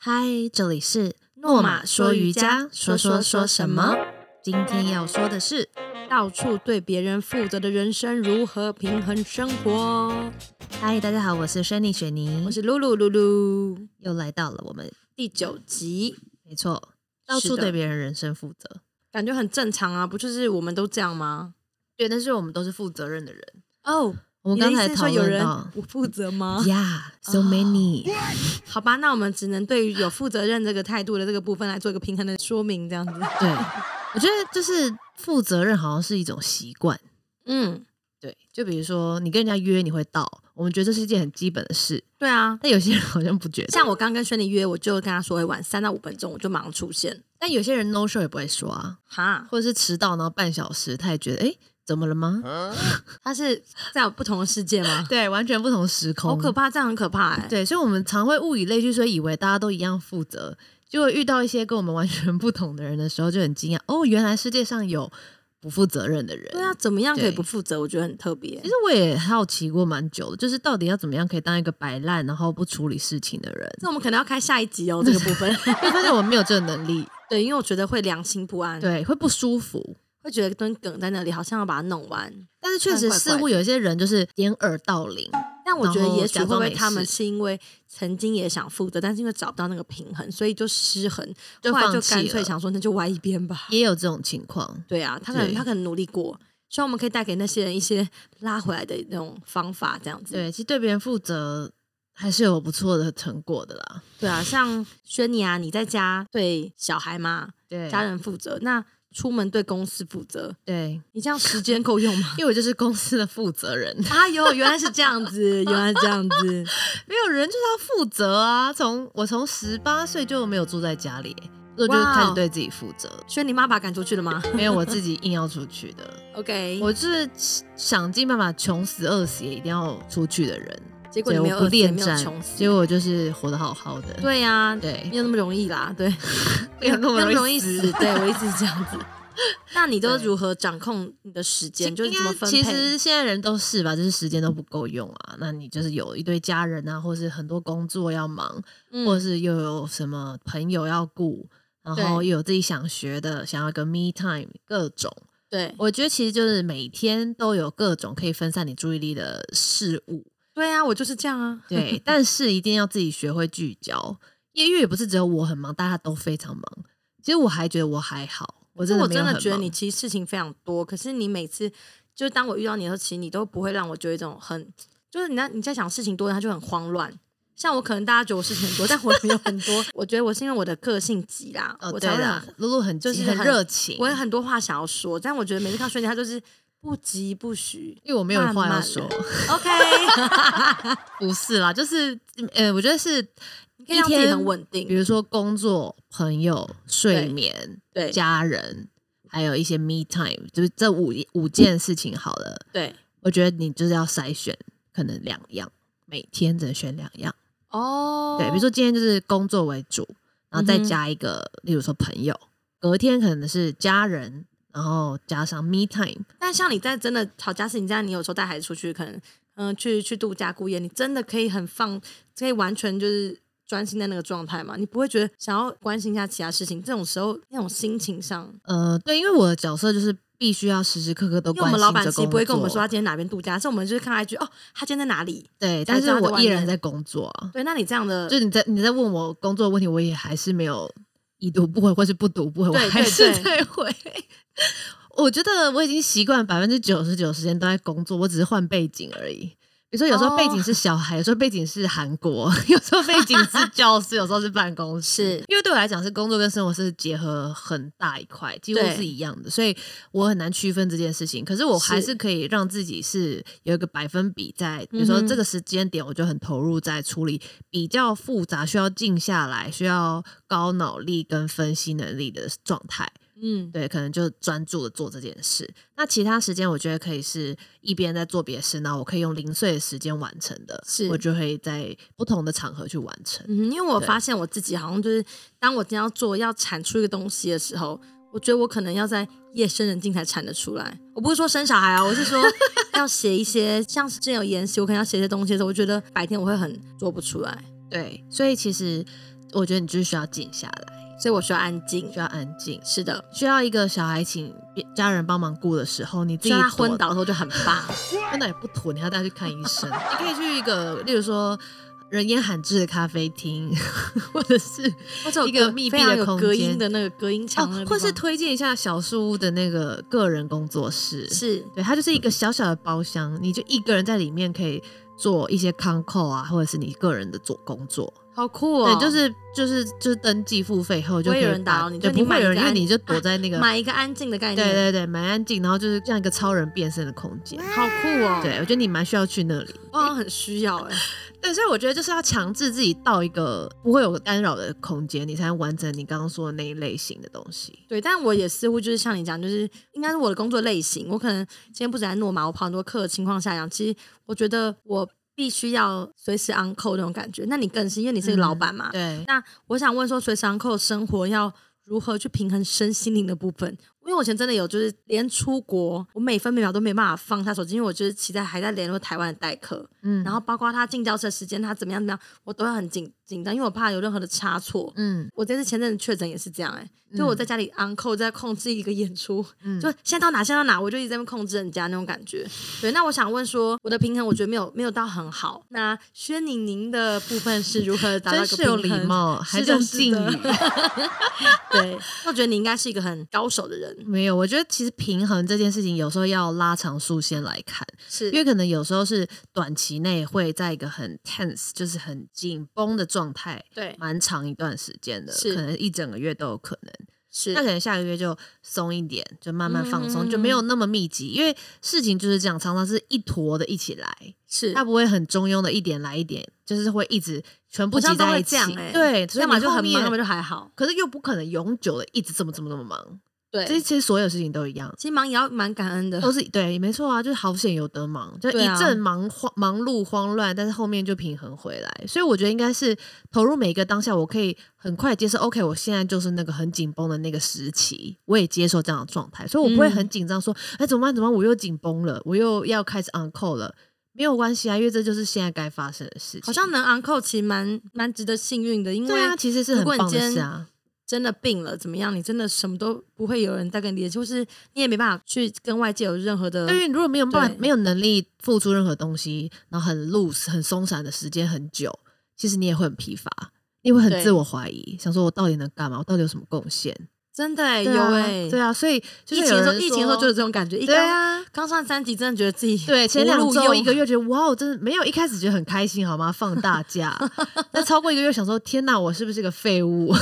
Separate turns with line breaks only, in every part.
嗨，这里是
诺玛说瑜伽说说说什么？
今天要说的是，
到处对别人负责的人生如何平衡生活？
嗨，大家好，我是 Shani 雪妮，
我是露露露露，
又来到了我们
第九集，
没错，到处
是的
对别人人生负责，
感觉很正常啊，不就是我们都这样吗？
对，但是我们都是负责任的人。
哦，
我们刚才讨
有
论
人
到
不负责
啊
吗？
，Yeah，so many，
好吧，那我们只能对于有负责任这个态度的这个部分来做一个平衡的说明，这样子。
对，我觉得就是负责任好像是一种习惯。
嗯，
对，就比如说你跟人家约你会到，我们觉得这是一件很基本的事，
对啊，
但有些人好像不觉得，
像我刚跟轩尼约，我就跟他说会晚三到五分钟，我就马上出现。
但有些人 no show 也不会说啊。
哈，
或者是迟到然后半小时，他也觉得哎、诶怎么了吗？？
他是在有不同的世界吗
对，完全不同时空，
好可。怕，这样很可怕哎、
对，所以我们常会物以类聚，所以以为大家都一样负责，结果遇到一些跟我们完全不同的人的时候，就很惊讶哦，原来世界上有不负责任的人。
对啊，，怎么样可以
对
不负责？我觉得很特别
其。实我也好奇过蛮久的，就是到底要怎么样可以当一个摆烂然后不处理事情的人？
这我们可能要开下一集哦，这个部分。
因为发现我没有这个能力，
对，因为我觉得会良心不安，
对，会不舒服。
会觉得蹲梗在那里，好像要把它弄完。
但是确实
但怪怪
似乎有一些人就是掩耳盗铃，
但我觉得
然后
也许
假
会不
装
会
没
他们
事
是因为曾经也想负责，但是因为找不到那个平衡，所以就失衡，
就
后来就
放弃
干脆
了
想说那就歪一边吧。
也有这种情况。
对啊，他可能
对
他可能努力过，希望我们可以带给那些人一些拉回来的那种方法，这样子。
对，其实对别人负责还是有不错的成果的啦。
对啊，像轩尼啊，你在家对小孩嘛，
对
家人负责，那出门对公司负责，
对，
你这样时间够用吗
？因为我就是公司的负责人，
哎呦，原来是这样子，原来是这样子。
没有人就是要负责啊。从我从十八岁就没有住在家里，所以我就
哇哦
开始对自己负责，
所以你妈把她赶出去了吗
没有我自己硬要出去的。
？OK，
我就是想尽办法，穷死饿死也一定要出去的人。
结果
所以
你没
我
有
不
饿死也
恋
没有
战
穷，死，
结果我就是活得好好的。
对呀、
对
没，有那么容易啦， 对，
没有那么
没
容
容
易
易
死
死，对我一直这样 子。那你都
对
如何掌控你的时间？就是怎么分
其
配？
实现在人都是吧，就是时间都不够用啊。那你就是有一堆家人啊，或是很多工作要忙，
嗯
或是又有什么朋友要顾，然后
对
又有自己想学的，想要一个 me time，各种。
对
我觉得其实就是每天都有各种可以分散你注意力的事物，
对啊，我就是这样啊。
对。但是一定要自己学会聚焦，因为也不是只有我很忙，大家都非常忙。其实我还觉得我还好，我真
可
的
是我
没有
真的
很
觉得
忙
你其实事情非常多，可是你每次就是当我遇到你的时候，其实你都不会让我觉得一种很，就是你在你在想事情多，他就很慌乱。像我可能大家觉得我事情很多，但我没有很多。我觉得我是因为我的个性急啦，
哦，
我
对
才会
啦
很，
露露很
就是
急很
很
热情，
我有很多话想要说，但我觉得每次看到轩姐，她就是不急不徐。
因为我没有
慢
话要
慢
说，
OK，
不是啦，就是呃，我觉得是
你可以让自己很稳
比
定。
如说工作、朋友、睡眠、
对
家人，还有一些 me time，就是这五五件事情好了。
对，
我觉得你就是要筛选，可能两样，每天只能选两样。
哦，
对，比如说今天就是工作为主，然后再
嗯哼
加一个，例如说朋友，隔天可能是家人，然后加上 me time。
但像你在真的吵架事情这样，你有时候带孩子出去，可能嗯、呃去去度假过夜，你真的可以很放，可以完全就是专心在那个状态嘛？你不会觉得想要关心一下其他事情？这种时候那种心情上，
呃，对，因为我的角色就是必须要时时刻刻都
因为我
关
们
心
老板
着
其实
工
不会跟我们
作
说他今天哪边度假，是我们就是看他一句哦，他今天在哪里？
对，
才
但
知
是
道在
我
外
依然
面
在工作啊。
对，那你这样的
就你在你在问我工作的问题，我也还是没有已读不回，或是不读不回，
对
我还
对
是
对
在回。我觉得我已经习惯百分之九十九时间都在工作，我只是换背景而已。比如说，有时候背
哦
景是小孩有时候背景是韩国， 有时候背景是 教室，有时候是办公室。
是
因为对我来讲，是工作跟生活是结合很大一块，几乎
对
是一样的，所以我很难区分这件事情。可是我还
是
是可以让自己是有一个百分比在，比如说
嗯哼
这个时间点，我就很投入在处理比较复杂、需要静下来、需要高脑力跟分析能力的状态。
嗯，
对，可能就专注的做这件事。那其他时间，我觉得可以是一边在做别的事，那我可以用零碎的时间完成的，
是
我就会在不同的场合去完成。
嗯，因为我
对
发现我自己好像就是，当我今天要做要产出一个东西的时候，我觉得我可能要在夜深人静才产得出来。我不是说生小孩啊，我是 说要写一些，像是之前有研习，我可能要写一些东西的时候，我觉得白天我会很做不出来。
对，所以其实我觉得你就是需要静下来，
所以我需要安静
需。要安静，
是的，
需要一个小孩请别家人帮忙顾的时候，你自
所以
己
他
躲
昏倒的时候就 很棒。
真的也不妥，你还要带他去看医生。你可以去一个，例如说人烟罕至的咖啡厅，或者是
或者有
一个
隔
密
非
闭
常
的
有
空
隔
间
音的那个隔音墙那
哦
个，地
或
方，
是推荐一下小树屋的那个个人工作室。
是
对，它就是一个小小的包厢，你就一个人在里面可以做一些康扣啊，或者是你个人的做工作。
好酷哦，
对，就是就是就是登记付费后就可
不会
以
有人打扰你
对，
就你
不会有人，因
买一个
为
安
你就躲在那个。
买一个安静的概念，
对对对，蛮安静，然后就是像一个超人变身的空间。
好酷哦，
对，我觉得你蛮需要去那里。
我好像很需要 哎、
对，所以我觉得就是要强制自己到一个不会有干扰的空间，你才能完成你刚刚说的那一类型的东西。
对，但我也似乎就是像你讲，就是应该是我的工作类型，我可能今天不只在诺马，我跑很多课的情况下讲，其实我觉得我必须要随时 on call 那种感觉。那你更是因为你是个老板嘛，
嗯对，
那我想问说，随时 on call 生活要如何去平衡身心灵的部分？因为我以前真的有，就是连出国，我每分每秒都没办法放下手机，因为我就是期待还在联络台湾的代课，
嗯
然后包括他进教室的时间，他怎么样怎么样，我都会很紧紧张，因为我怕有任何的差错。
嗯
我这次前阵子确诊也是这样哎、就我在家里 on call 在控制一个演出，
嗯
就现在到哪现在到哪，我就一直在那边控制人家那种感觉。对，那我想问说，我的平衡我觉得没有没有到很好。那薛宁宁的部分是如何达到
真
一个
是
平
有
衡？
礼 貌，还
是的
用
是
敬语。
的 对，我觉得你应该是一个很高手的 人，
没有，我觉得其实平衡这件事情有时候要拉长竖线来看，
是
因为可能有时候是短期内会在一个很 tense，就是很紧绷的状态，
对，
蛮长一段时间的，
是
可能一整个月都有可能。
是
那可能下个月就松一点，就慢慢放松，
嗯
就没有那么密集，因为事情就是这样，常常是一坨的一起来，
是
它不会很中庸的一点来一点，就是会一直全部
好
挤
像都
在
会
一起。
这样哎、
对，所以
要么
你
就
后
很忙，
面
要么就还好。
可是又不可能永久的一直这么这么这么忙。
对，
其实其实所有事情都一样，
其实忙也要蛮感恩的，
都是对，没错啊，就是好险有得忙，就
对
一
啊
阵忙慌、忙碌慌乱，但是后面就平衡回来。所以我觉得应该是投入每一个当下，我可以很快接受。OK，我现在就是那个很紧绷的那个时期，我也接受这样的状态，所以我不会
嗯
很紧张说，哎、怎么办？怎么办？我又紧绷了，我又要开始 on call 了。没有关系啊，因为这就是现在该发生的事情。
好像能 on call 其实蛮蛮值得幸运的，因为
对啊，其实是
如
很
果你
棒
今
的
天
事啊。
真的病了怎么样，你真的什么都不会有人在跟你联系，就是你也没办法去跟外界有任何的
对，因为你如果没有办法
对、啊
没有能力付出任何东西，然后很 loose、很松散的时间很久，其实你也会很疲乏，你会很
对
自我怀疑，想说我到底能干嘛？我到底有什么贡献？
真的、欸
对啊
有哎、
对啊，所以就是
疫情的
有
时候，
人
疫情的时候就是这种感觉，一
对
刚
啊。
刚上三级，真的觉得自己
对，前两
无路
周
用
一个月觉得哇，我真的没有一开始觉得很开心，好吗？放 大假，但超过一个月想说，天哪，我是不是个废物？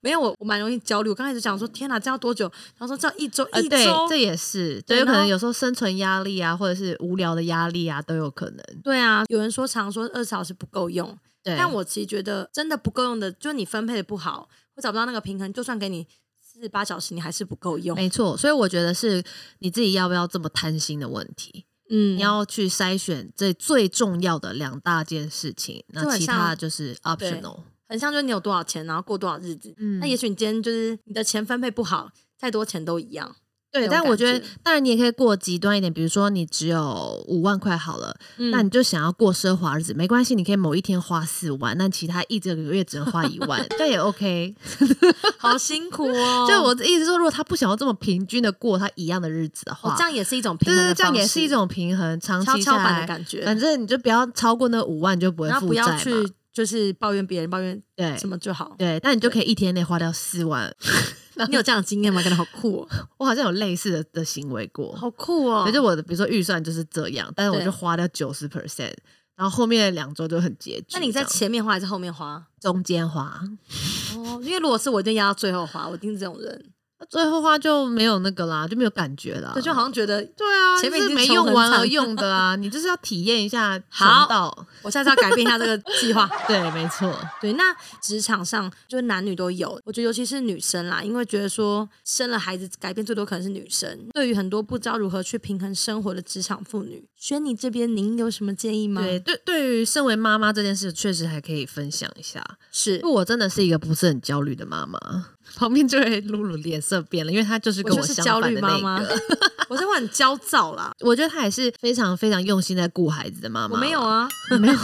没有我，我蛮容易焦虑。我刚开始想说，天哪，这要多久？然后说这要一周，
呃，
一
对
周，，
这也是，
对
对，有可
然
能
后
有时候生存压力啊，或者是无聊的压力啊，都有可能。
对啊。有人说常说二十小时不够用，
对，
但我其实觉得真的不够用的，就是你分配的不好，会找不到那个平衡。就算给你四十八小时，你还是不够用。
没错，所以我觉得是你自己要不要这么贪心的问题。
嗯
你要去筛选这最重要的两大件事情，
就
那
很
其
像
他就是 optional。
很像就是你有多少钱，然后过多少日子。
嗯
那也许你今天就是你的钱分配不好，再多钱都一样。
对，
有
但我
感
觉得
觉
当然你也可以过极端一点，比如说你只有五万块好了，
嗯
那你就想要过奢华日子，没关系，你可以某一天花四万，那其他一整个月只能花一万，这也 OK。。
好辛苦哦
就我的意思是说，如果他不想要这么平均的过他一样的日子的话，
哦，这样也是一种平
对
衡
对，
的
这样也
方式
是一种平衡，长
跷
期
跷
下
板的
来，
感觉，
反正你就不要超过那五万，你就不会
然后
负
不
债
要
嘛。
去就是抱怨别人，抱怨
对
什么就好。
对，但你就可以一天内花掉四万。
你有这样的经验吗？感觉好酷、哦，
我好像有类似的的行为过，
好酷哦！
也就我的比如说预算就是这样，但是我
对
就花掉九十 percent，然后后面的两周就很拮据。
那你
这
在
样
前面花还是后面花？
中间花，
哦，因为如果是我，一定压到最后花，我一定是这种人，
最后花就没有那个啦，就没有感觉啦。
对，就好像觉得
对啊，
前面
就是
已经
没
穷
用
很
完而
惨
用的啊，你就是要体验一下
好
肠道。
我下次要改变一下这个计划。
对，没错，
对，那职场上就是男女都有，我觉得尤其是女生啦，因为觉得说生了孩子改变最多可能是女生。对于很多不知道如何去平衡生活的职场妇女，轩尼这边您有什么建议吗？
对，对，对于身为妈妈这件事，确实还可以分享一下。
是
因为我真的是一个不是很焦虑的妈妈，旁边这位露露脸色变了，因为她就是跟
我就是
相
焦
反
虑
的
妈
那
妈
个。，
我是我很焦躁啦，
我觉得她也是非常非常用心在顾孩子的妈妈。
我没有啊，
没有，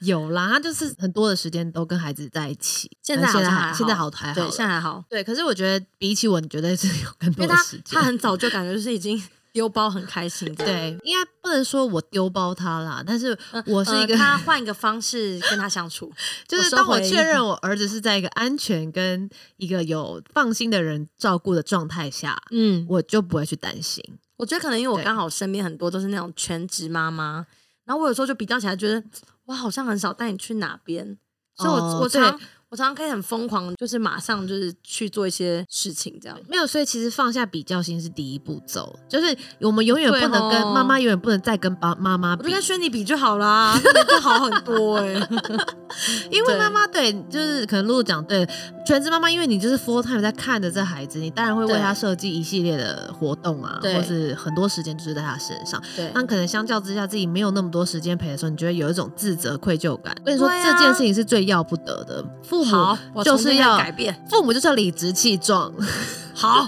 有啦，他就是很多的时间都跟孩子在一起。呃
现在好
现在
像还
还
好
现在好还好
对，
了，
现在还好，
对。可是我觉得比起我，你觉得是有更
因
多
为
的
他
时间
他。很早就感觉就是已经 丢包很开心这样，
对，应该不能说我丢包他啦，但是我是一个，
呃他换一个方式跟他 相处，
就是
收
当我
回
确认我儿子是在一个安全跟一个有放心的人照顾的状态下，
嗯，
我就不会去担心。
我觉得可能因为我
对
刚好身边很多都是那种全职妈妈，然后我有时候就比较起来，觉得我好像很少带你去哪边，所以我、
哦
我
对
常我常常可以很疯狂，就是马上就是去做一些事情这样。
没有，所以其实放下比较心是第一步骤，就是我们永远
对
不能跟
哦嗯
妈妈，永远不能再跟爸妈妈
我
比
就，跟轩尼比就好啦，那就好很多 哎、
因为
对
妈妈对，就是可能露露讲对，全职妈妈，因为你就是 full time 在看着这孩子，你当然会为
对
他设计一系列的活动啊，
对
或是很多时间就是在他身上。
对
那可能相较之下，自己没有那么多时间陪的时候，你觉得有一种自责、愧疚感。我跟你说，
对啊
这件事情是最要不得的。父母
好，我
就
从
是
今天
要
改变。
父母就是要理直气壮。
好，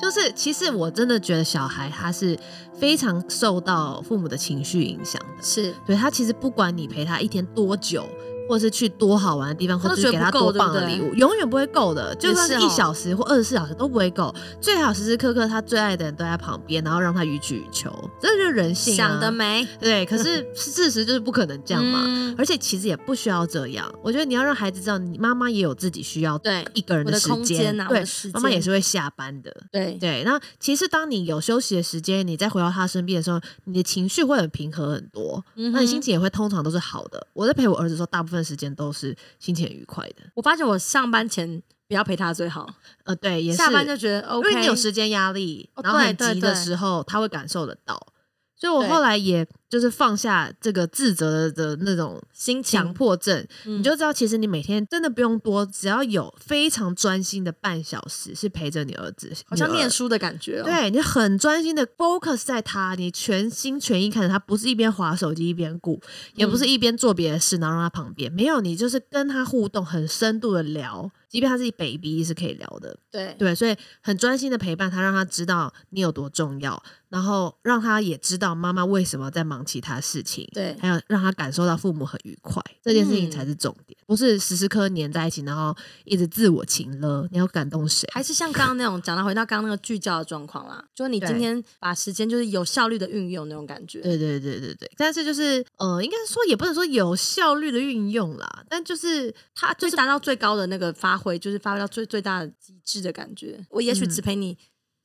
就是其实我真的觉得小孩他是非常受到父母的情绪影响的。
是
对他其实不管你陪他一天多久，或是去多好玩的地方，
他
或
都
者是给
觉得
他
不够
多棒的
对
礼
不对
物，永远不会够的。就算是
也是
一
哦
小时或二十四小时都不会够，最好时时刻刻他最爱的人都在旁边，然后让他予取予求，这就是人性、啊。
想得美，
对，可 是事实就是不可能这样嘛。
嗯
而且其实也不需要这样，我觉得你要让孩子知道，你妈妈也有自己需要
对
一个人
我的
时
空
间，
间啊，我
对
的，时间，
妈妈也是会下班的。
对
对，那其实当你有休息的时间，你再回到他身边的时候，你的情绪会很平和很多，
嗯
那你
哼
心情也会通常都是好的。我在陪我儿子的时候，大部分时间都是心情很愉快的。
我发现我上班前不要陪他最好，
呃，对，也是，
下班就觉得 OK，
因为你有时间压力，
哦
然后很
对对
急的
对
时候，他会感受得到。所以我
对
后来也就是放下这个自责的那种
心情
强迫症，
嗯
你就知道，其实你每天真的不用多，只要有非常专心的半小时是陪着你儿子，
好像
女儿
念书的感觉哦。
对你很专心的 focus 在他，你全心全意看着他，不是一边划手机一边顾，也
嗯
不是一边做别的事，然后让他旁边没有，你就是跟他互动，很深度的聊，即便他是 baby 是可以聊的，
对
对，所以很专心的陪伴他，让他知道你有多重要，然后让他也知道妈妈为什么在忙其他事情，
对
还有让他感受到父母很愉快，这件事情
嗯
才是重点，不是时时刻刻黏在一起，然后一直自我情勒，你要感动谁？
还是像刚刚那种讲到回到刚刚那个聚焦的状况啦，就是你
对
今天把时间就是有效率的运用那种感觉。
对对对对对，但是就是呃，应该说也不能说有效率的运用啦，但就是它就
就是是达到最高的那个发挥，就是发挥到最最大的极致的感觉。我也许只陪你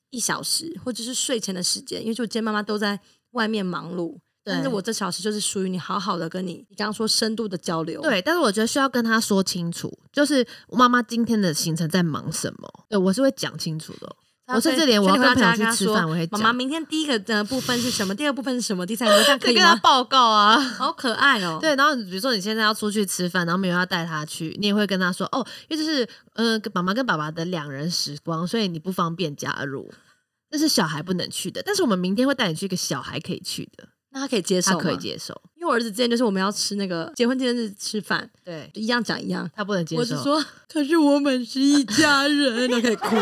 一小时，或者是睡前的时间，因为就今天妈妈都在外面忙碌，但是我这小时就是属于你好好的跟你，你刚刚说深度的交流。，
对，但是我觉得需要跟他说清楚，就是妈妈今天的行程在忙什么，对我是会讲清楚的哦。我甚至连我要
所以你回
跟
到
朋友
家
去吃
跟他
饭
说
我会
妈
讲
妈明天第一个的部分是什么，第二部分是什么，第三个部分这样可
可以
以
跟他
吗？
报告 啊。
好可爱哦。
对，然后比如说你现在要出去吃饭，然后没有要带他去，你也会跟他说哦，因为这是呃跟妈妈跟爸爸的两人时光，所以你不方便加入，这是小孩不能去的。但是我们明天会带你去一个小孩可以去的，
那他可以接受
他
吗，
可以接受。
因为我儿子之前就是我们要吃那个结婚纪念日吃饭，
对，
就一样讲一样。
他不能接受。
我是说，可是我们是一家人， 都可以哭，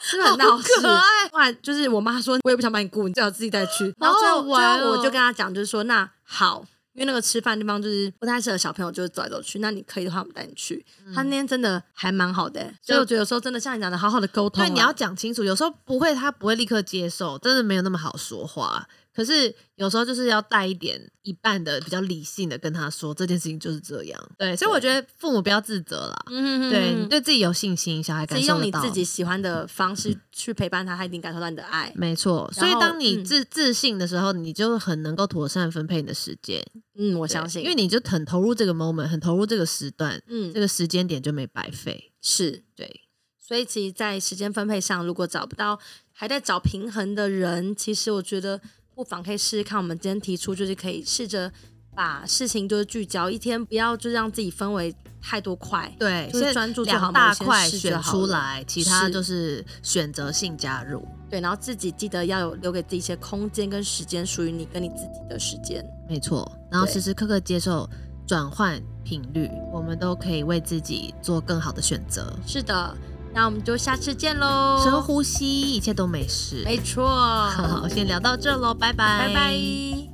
是不是很闹事
好可爱。
后来就是我妈说，我也不想把你顾，你最好自己再去。然后最
好
后
好玩哦
最后我就跟她讲，就是说那好。因为那个吃饭地方就是不太适合小朋友，就是走来走去。那你可以的话，我们带你去。他那天真的还蛮好的、所以我觉得有时候真的像你讲的，好好的沟通啊、
对，你要讲清楚。有时候不会，他不会立刻接受，真的没有那么好说话。可是有时候就是要带一点一半的比较理性的跟他说，这件事情就是这样。对，所以我觉得父母不要自责啦。
嗯，嗯嗯
对你
嗯
对自己有信心，小孩
自
感
己
受
用
得
你
到。
自己喜欢的方式去陪伴他，他一定感受到你的爱。
没错，所
然
以
后
当你
嗯
自、自信的时候，你就很能够妥善分配你的时间。
嗯，我
我
相信，
因为你就很投入这个 moment，很投入这个时段，这
嗯
个时间点就没白费。
是
对，
所以其实，在时间分配上，如果找不到还在找平衡的人，其实我觉得不妨可以试试看。我们今天提出就是可以试着把事情就是聚焦一天，不要就让自己分为太多块。
对，
就是
所以
专注做好
两
某
大
些
块
事就
选
好
出
了
来，其他
是
就是选择性加入。
对，然后自己记得要有留给自己一些空间跟时间，属于你跟你自己的时间。
没错，然后
对
时时刻刻接受转换频率，我们都可以为自己做更好的选择。
是的，那我们就下次见喽，
深呼吸，一切都没事。
没错，
好，先聊到这喽，拜拜，
拜拜。